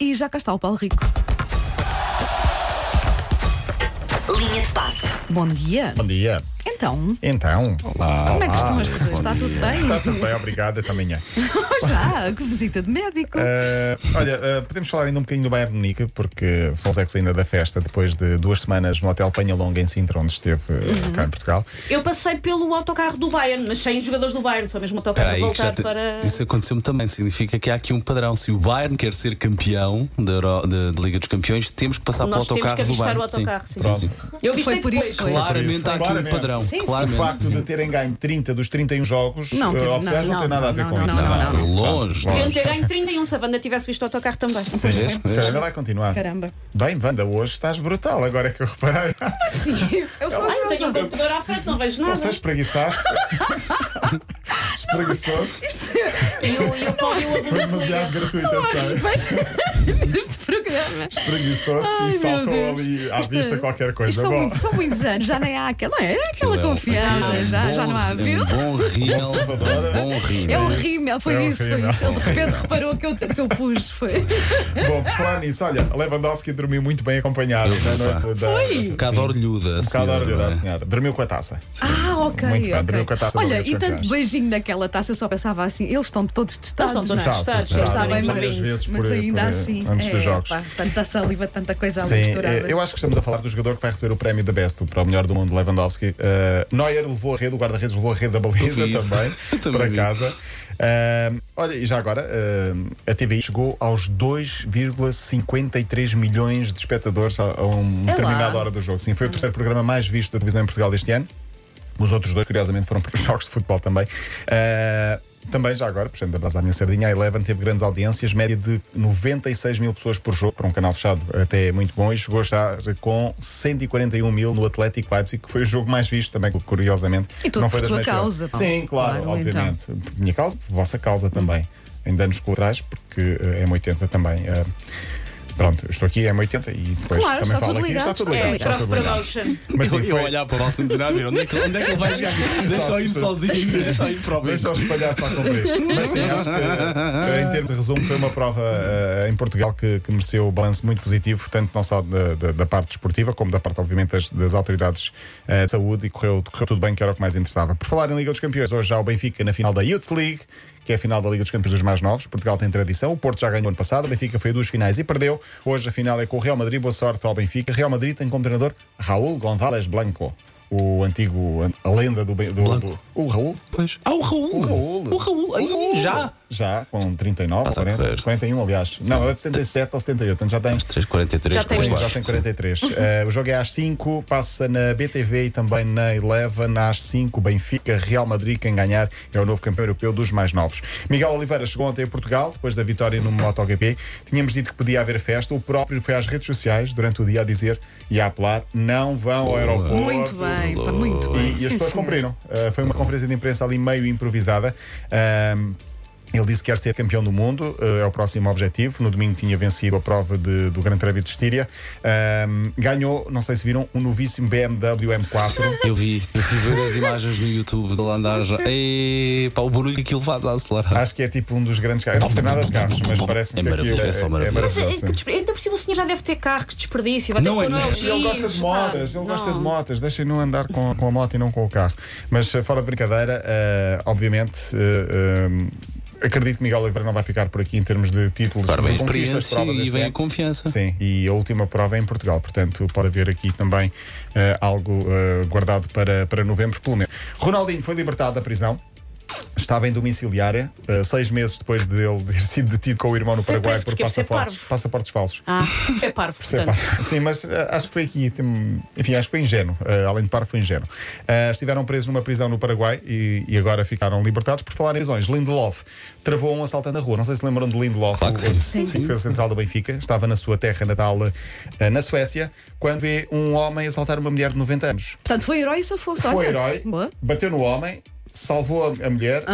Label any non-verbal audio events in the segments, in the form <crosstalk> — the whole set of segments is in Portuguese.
E já cá está o Paulo Rico. Linha de passe. Bom dia. Bom dia. Então, Então. como é que estão as coisas? Está tudo bem? Está tudo bem, obrigado, até amanhã. <laughs> já, que visita de médico. Eh, olha, eh, podemos falar ainda um bocadinho do Bayern de Munique, porque São Zé ainda da festa, depois de duas semanas no Hotel Penha Longa em Sintra, onde esteve eh, Uhum. cá em Portugal. Eu passei pelo autocarro do Bayern, mas sem jogadores do Bayern, só mesmo o autocarro Espera aí, que já voltar te- para. Isso aconteceu-me também. Significa que há aqui um padrão. Se o Bayern quer ser campeão da Euro- da da Liga dos Campeões, temos que passar Nós pelo temos autocarro que do avistar Bayern. o autocarro, sim. Pronto. sim. Eu avistei Foi por depois. isso que foi. Claramente há aqui Claramente. um padrão. Sim, sim. O claramente, facto sim. de terem ganho 30 dos 31 jogos Não eh, teve- oficiais não, não, tem não, nada a ver não, com não, isso. não, não, não. Longe. longe. Podiam ter ganho 31 se a Wanda tivesse visto o autocarro também. Sim, se calhar ainda vai continuar. Caramba. Bem, Wanda, hoje estás brutal, agora é que eu <laughs> reparei. Sim, eu sou os Ah, não meus tenho um amigos. computador à frente, não vejo nada. Você espreguiçaste. <laughs> Espreguiçou-se. E um eu, e eu falei o Foi demasiado gratuito, eu sei. um Respeito neste programa. Espreguiçou-se Ai, e meu saltou Deus. ali à Isto- é- vista qualquer Isto coisa. são, Bom, muitos, são muitos anos, já nem há aquela, não é? É aquela Não, confiança, é um já, bom- já não há, É viu? um bom rímel. Observadora. é um bom rímel. É um rímel, foi É um isso, rímel. foi isso. Ele de repente reparou que eu, que eu pus, foi. bom, por falar nisso, olha, Lewandowski dormiu muito bem acompanhado Eu- na noite da. Foi? Um bocado orlhuda. Um bocado senhora, orgulhoso, não é? senhora. Dormiu com a taça. Ah, ok, Muito bem, dormiu com ok. a taça da Olha, Liga dos e tanto Campeões. beijinho naquela taça, eu só pensava assim, eles estão todos testados. é? Eles estão mas- todos Estados, Sabe, estados, sabe, bem, várias vezes mas por- ainda por- assim, antes dos é, jogos. pá, tanta saliva, tanta coisa ali Sim, misturada. eh, eu acho que estamos a falar do jogador que vai receber o prémio da Best, o- para o melhor do mundo, Lewandowski. Eh, Neuer levou a rede, o guarda-redes levou a rede da baliza <laughs> Eu vi isso. também, Também para vi. casa. Eh, olha, e já agora, eh, a TVI chegou aos 2,53 milhões de espectadores a, a um É lá. determinada hora do jogo. Sim, foi o terceiro programa mais visto da televisão em Portugal deste ano. Os outros dois, curiosamente, foram para <laughs> os jogos de futebol também. Eh, também já agora, puxando de abraçar a minha sardinha, a Eleven teve grandes audiências, média de 96 mil pessoas por jogo, para um canal fechado até é muito bom, e chegou a estar com 141 mil no Atlético Leipzig, que foi o jogo mais visto também, curiosamente. E tudo não foi por das tua mais piores. causa, Paulo. Sim, claro, Claro, então. obviamente. Por minha causa, por vossa causa também. Em danos colaterais, porque eh, M80 também. eh, pronto, eu estou aqui, M80, e depois Claro, também está falo tudo aqui. ligado, Está tudo está ligado. É, ligado. está tudo ligado. cross-promotion. Mas eu, sim, eu foi- olhar para o Nelson e dizer, "Ah, ver, onde é que, onde é que ele vai chegar? Deixa-o ir sozinho, deixa-o ir para o Deixa mesmo. os palhaços a cumprir. <laughs> Mas sim, acho que eh, em termos de resumo, foi uma prova eh, em Portugal que, que mereceu o balanço muito positivo, tanto não só da, da- da parte desportiva, como da parte, obviamente, das, das autoridades eh, de saúde, e correu, correu tudo bem, que era o que mais interessava. Por falar em Liga dos Campeões, hoje já o Benfica na final da Youth League, que é a final da Liga dos Campeões dos Mais Novos. Portugal tem tradição, o Porto já ganhou ano passado, o Benfica foi a duas finais e perdeu. Hoje a final é com o Real Madrid, boa sorte ao Benfica. Real Madrid tem como treinador Raul González Blanco. O antigo, a lenda do, Ben- do, do. O Raul? Pois. Ah, o Raul. O Raul. O Raul. Aí, já. Já, com 39, Passa a 40, correr. 41, aliás. Não, era de 77 ou 78, portanto já tem. 3,43, Já tem Sim, já 44. tem 43. Eh, o jogo é às 5, passa na BTV e também na Eleven, às 5, Benfica, Real Madrid, quem ganhar é o novo campeão europeu dos mais novos. Miguel Oliveira chegou ontem a Portugal, depois da vitória no MotoGP. Tínhamos dito que podia haver festa, o próprio foi às redes sociais durante o dia a dizer e a apelar: não vão ao aeroporto. Muito bem, pá, muito E- bem. E, Sim, as pessoas senhor. cumpriram. Uh, foi uma conferência de imprensa ali meio improvisada. Um, ele disse que quer ser campeão do mundo, uh, é o próximo objetivo. No domingo tinha vencido a prova de- do Grande Prémio de Estíria. Um, ganhou, não sei se viram, um novíssimo BMW <laughs> M4. Eu vi, eu fui ver as imagens no YouTube do andar já. E, pá, o barulho que aquilo faz a acelerar. Acho que é tipo um dos grandes carros. Eu não sei nada de carros, mas parece É que aquilo maravilhoso, é só maravilhoso. Mas, é, que sim. despre- Ainda por cima o senhor já deve ter carro, que desperdício. Vai ter Não que é pôr no nada. LX, Ele gosta de modas, pá, ele gosta não. de motas, deixem-no andar com, com a moto e não com o carro. Mas eh, fora de brincadeira, eh, obviamente. eh, eh, Acredito que Miguel Oliveira não vai ficar por aqui em termos de títulos Claro, vem a de conquistas, experiência provas e este vem a ano. confiança. Sim, e a última prova é em Portugal, portanto pode haver aqui também eh, algo eh, guardado para, para novembro, pelo menos. Ronaldinho foi libertado da prisão. Estava em domiciliária, eh, seis meses depois de ele <laughs> ter sido detido com o irmão no Foi Paraguai preso por porque ia ser passaportes, parvo. passaportes falsos. É parvo, Sei, portanto. pá. Sim, mas eh, acho que foi aqui. tem- Enfim, acho que foi ingênuo. Eh, além de par, foi ingênuo. Eh, estiveram presos numa prisão no Paraguai e, e agora ficaram libertados por falar em prisões. Lindelof travou um assaltante na rua. Não sei se lembram de Lindelof, Claro o, que sim. o defesa central do Benfica. Estava na sua terra natal eh, na Suécia quando é vê um homem assaltar uma mulher de 90 anos. Portanto, foi herói se eu fosse. Foi olha. herói, Boa. bateu no homem. Salvou a, a mulher,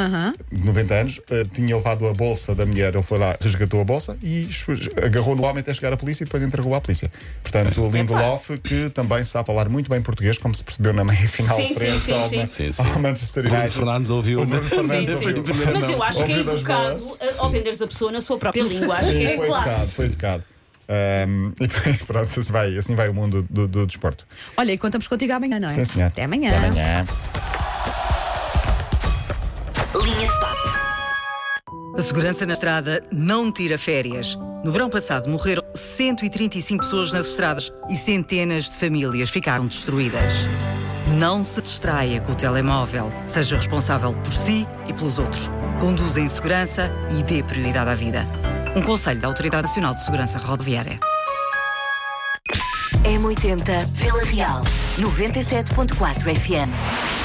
de 90 anos, eh, tinha levado a bolsa da mulher, ele foi lá, resgatou a bolsa e es- agarrou no homem até chegar à polícia e depois entregou à polícia. Portanto, o Lindelof, que também sabe falar muito bem português, como se percebeu na meia-final Sim, sim, frente sim, ao, sim. Sim, sim. ao Manchester Bruno United. Fernandes ouviu, O Bruno né? Fernandes Sim, sim. ouviu. Mas eu acho que é Ouviu das boas. educado a ofenderes a pessoa na sua própria língua. Acho que Sim, é foi educado, classe. foi educado. Ahm, <laughs> e pronto, assim vai, assim vai o mundo do, do desporto. Olha, e contamos contigo amanhã, não é? Sim, senhor. Até amanhã. Até amanhã. Linha de passe. A segurança na estrada não tira férias. No verão passado morreram 135 pessoas nas estradas e centenas de famílias ficaram destruídas. Não se distraia com o telemóvel. Seja responsável por si e pelos outros. Conduza em segurança e dê prioridade à vida. Um conselho da Autoridade Nacional de Segurança Rodoviária. M80, Vila Real. 97.4 FM.